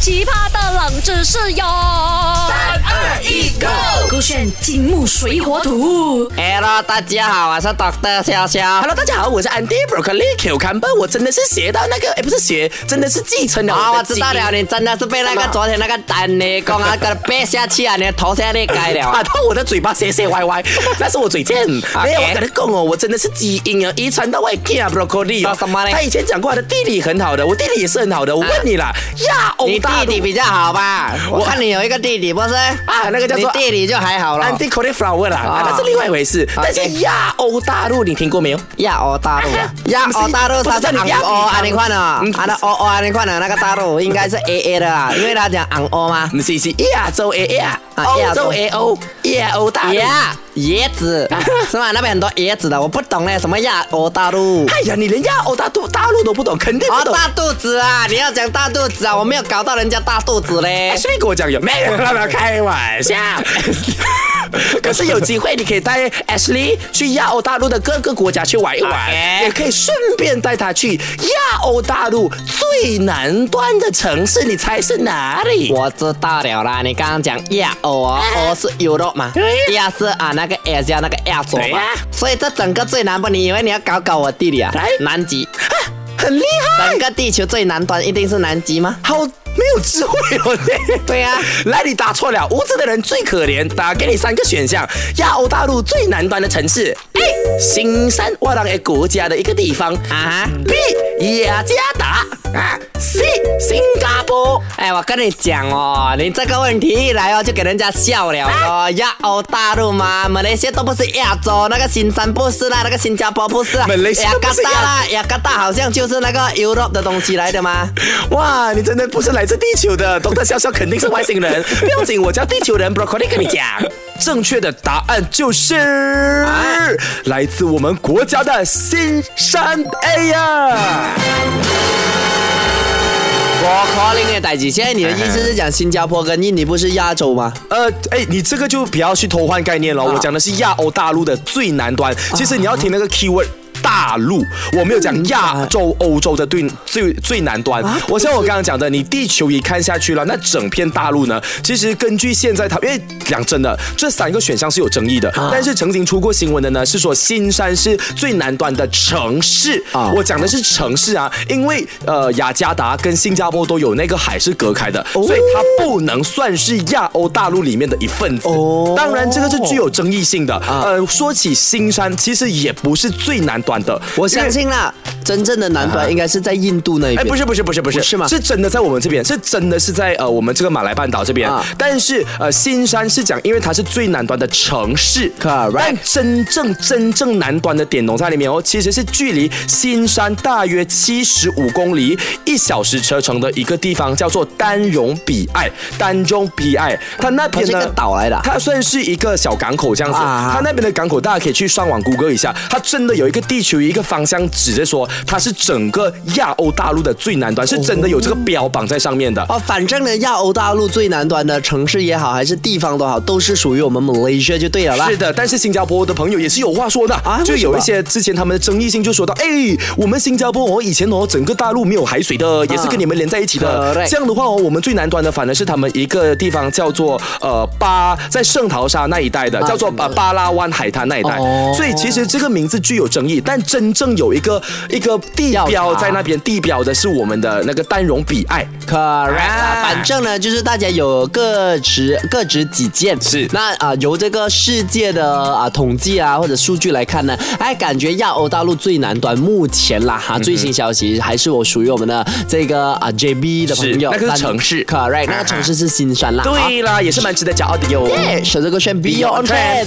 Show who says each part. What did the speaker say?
Speaker 1: 奇葩的冷知识哟！三
Speaker 2: 二一，Go！
Speaker 1: 勾选金木水火土。
Speaker 3: Hello，大家好，我是 Doctor 潇潇。
Speaker 2: Hello，大家好，我是 Andy Broccoli Q c a m b e r 我真的是学到那个，哎，不是学，真的是继承了
Speaker 3: 啊，
Speaker 2: 我
Speaker 3: 我
Speaker 2: 的
Speaker 3: 知
Speaker 2: 基因
Speaker 3: 道了，你真的是被那
Speaker 2: 什
Speaker 3: 个
Speaker 2: 么
Speaker 3: 昨天那个丹尼公啊给背下去啊，你的头下裂开了
Speaker 2: 啊，
Speaker 3: 啊。
Speaker 2: 到我的嘴巴斜斜歪 歪，那是我嘴贱。没有，我跟你讲哦，我真的是基因啊，遗传到外地啊，broccoli
Speaker 3: 说什么
Speaker 2: 哦。
Speaker 3: 呢啊
Speaker 2: 他以前讲过他的地理很好的，我地理也是很好的。我问你啦，亚欧
Speaker 3: 你
Speaker 2: 大
Speaker 3: 弟弟
Speaker 2: 陆
Speaker 3: 比较好吧？我看你有一个弟弟不是？啊
Speaker 2: 那个叫做
Speaker 3: 你弟弟就还好了。
Speaker 2: ，anti cauliflower 啦，
Speaker 3: 啊
Speaker 2: 啊那是另外一回事。但是亚欧大陆你听过没有？
Speaker 3: 亚欧大陆 啊，亚欧大陆
Speaker 2: 不是
Speaker 3: 它
Speaker 2: 不
Speaker 3: 是
Speaker 2: 是
Speaker 3: 昂
Speaker 2: 亚
Speaker 3: 欧啊，你看啊
Speaker 2: 嗯，
Speaker 3: 啊那欧欧啊，你看啊，那个大陆应该是 A A 的啦，因为他讲昂欧嘛。
Speaker 2: 你是是亚洲 A 亚，
Speaker 3: 嗯啊
Speaker 2: 欧
Speaker 3: 亚洲
Speaker 2: 洲 A O，亚欧大陆。
Speaker 3: 呀，椰子 是吗？那边很多椰子的，我不懂嘞，什么亚欧大陆？
Speaker 2: 哎呀，你连亚欧大陆大陆都不懂，肯定不
Speaker 3: 哦，
Speaker 2: 懂。
Speaker 3: 大肚子啊！你要讲大肚子啊，我没有搞到人家大肚子嘞
Speaker 2: 哎，。所以跟我讲有没有那么开玩 笑？可是有机会，你可以带 Ashley 去亚欧大陆的各个国家去玩一玩
Speaker 3: OK
Speaker 2: 也可以顺便带她去亚欧大陆最南端的城市，你猜是哪里？
Speaker 3: 我知道了啦，你刚刚讲亚欧啊，欧是 Europe 嘛，亚是啊那个 Asia 那个亚洲
Speaker 2: 对
Speaker 3: 嘛
Speaker 2: 呀，
Speaker 3: 所以这整个最南部，你以为你要搞搞我弟弟啊
Speaker 2: 来？
Speaker 3: 南极，
Speaker 2: 很厉害
Speaker 3: 整，个地球最南端一定是南极吗？
Speaker 2: 好没有智慧哦！你
Speaker 3: 对呀、
Speaker 2: 来，你答错了，无知的人最可怜。答给你三个选项：亚欧大陆最南端的城市，A. 新山瓦朗诶国家的一个地方
Speaker 3: 啊，啊
Speaker 2: B 雅加达啊，C 新加坡。
Speaker 3: 哎，我跟你讲哦，你这个问题一来哦，就给人家笑了哦。
Speaker 2: 啊
Speaker 3: 亚欧大陆嘛，马来西亚都不是亚洲，那个新山不是啦，那个新加坡不是啦，
Speaker 2: 马来西亚不
Speaker 3: 雅
Speaker 2: 是
Speaker 3: 加
Speaker 2: 亚
Speaker 3: 达啦，雅加达好像就是那个 Europe 的东西来 的吗？
Speaker 2: 哇，你真的不是来自地球的，懂得笑笑肯定是外星人。不要紧，我叫地球人 Broccoli 跟你讲，正确的答案就是、啊来自我们国家的新山 A 呀、
Speaker 3: 我哦 calling 的代志，现在你的意思是讲新加坡跟印尼不是亚洲吗？
Speaker 2: 呃，哎，你这个就不要去偷换概念了。我讲的是亚欧大陆的最南端，其实你要听那个 keyword。大陆，我没有讲亚洲、欧洲的最最最南端。我像我刚刚讲的，你地球仪看下去了，那整片大陆呢？其实根据现在它，因为讲真的，这三个选项是有争议的。但是曾经出过新闻的呢，是说新山是最南端的城市。
Speaker 3: 啊
Speaker 2: 我讲的是城市啊，因为呃雅加达跟新加坡都有那个海是隔开的，
Speaker 3: 哦
Speaker 2: 所以它不能算是亚欧大陆里面的一份子。
Speaker 3: 哦啊
Speaker 2: 当然这个是具有争议性的。呃，说起新山，其实也不是最南端的，
Speaker 3: 我
Speaker 2: 因为
Speaker 3: 相。信啦，真正的南端应该是在印度那一
Speaker 2: 哎，
Speaker 3: 边。
Speaker 2: 不是不是不是不是，
Speaker 3: 不是吗
Speaker 2: 是真的在我们这边，是真的是在呃我们这个马来半岛这边。
Speaker 3: 啊
Speaker 2: 但是呃新山是讲，因为它是最南端的城市
Speaker 3: Correct
Speaker 2: 但真正真正南端的点农在里面哦，其实是距离新山大约七十五公里，一小时车程的一个地方，叫做丹绒比艾，丹中比艾，它那边呢
Speaker 3: 它是一个岛来的啊
Speaker 2: 它算是一个小港口这样子。
Speaker 3: 啊
Speaker 2: 它那边的港口大家可以去上网谷歌一下，它真的有一个地球一个方向指着说它是整个亚欧大陆的最南端，是真的有这个标榜在上面的。
Speaker 3: 哦，反正呢，亚欧大陆最南端的城市也好，还是地方都好，都是属于我们 Malaysia 就对了啦。
Speaker 2: 是的，但是新加坡的朋友也是有话说的
Speaker 3: 啊
Speaker 2: 就
Speaker 3: 为什么
Speaker 2: 有一些之前他们的争议性就说到，哎，我们新加坡哦，以前哦整个大陆没有海水的，也是跟你们连在一起的。
Speaker 3: 啊 correct
Speaker 2: 这样的话哦，我们最南端的反而是他们一个地方叫做呃巴，在圣淘沙那一带的，叫做巴呃巴拉湾海滩那一带。
Speaker 3: 哦
Speaker 2: 所以其实这个名字具有争议，但真正有一个一个地
Speaker 3: 调查
Speaker 2: 标在那边，地标的是我们的那个丹绒比艾。
Speaker 3: Correct，、
Speaker 2: 啊
Speaker 3: 啊、反正呢，就是大家有各执各执己见。
Speaker 2: 是
Speaker 3: 那啊、由这个世界的啊、统计啊或者数据来看呢，哎，感觉亚欧大陆最南端目前啦
Speaker 2: 嗯
Speaker 3: 哈，最新消息还是我属于我们的这个啊、JB 的朋友，
Speaker 2: 是那个是
Speaker 3: 但
Speaker 2: 城市
Speaker 3: Correct，那个城市是新山啦。啊
Speaker 2: 对啦，也是蛮值得骄傲的哟。
Speaker 3: 耶，选择个选 Be Your Own Trend。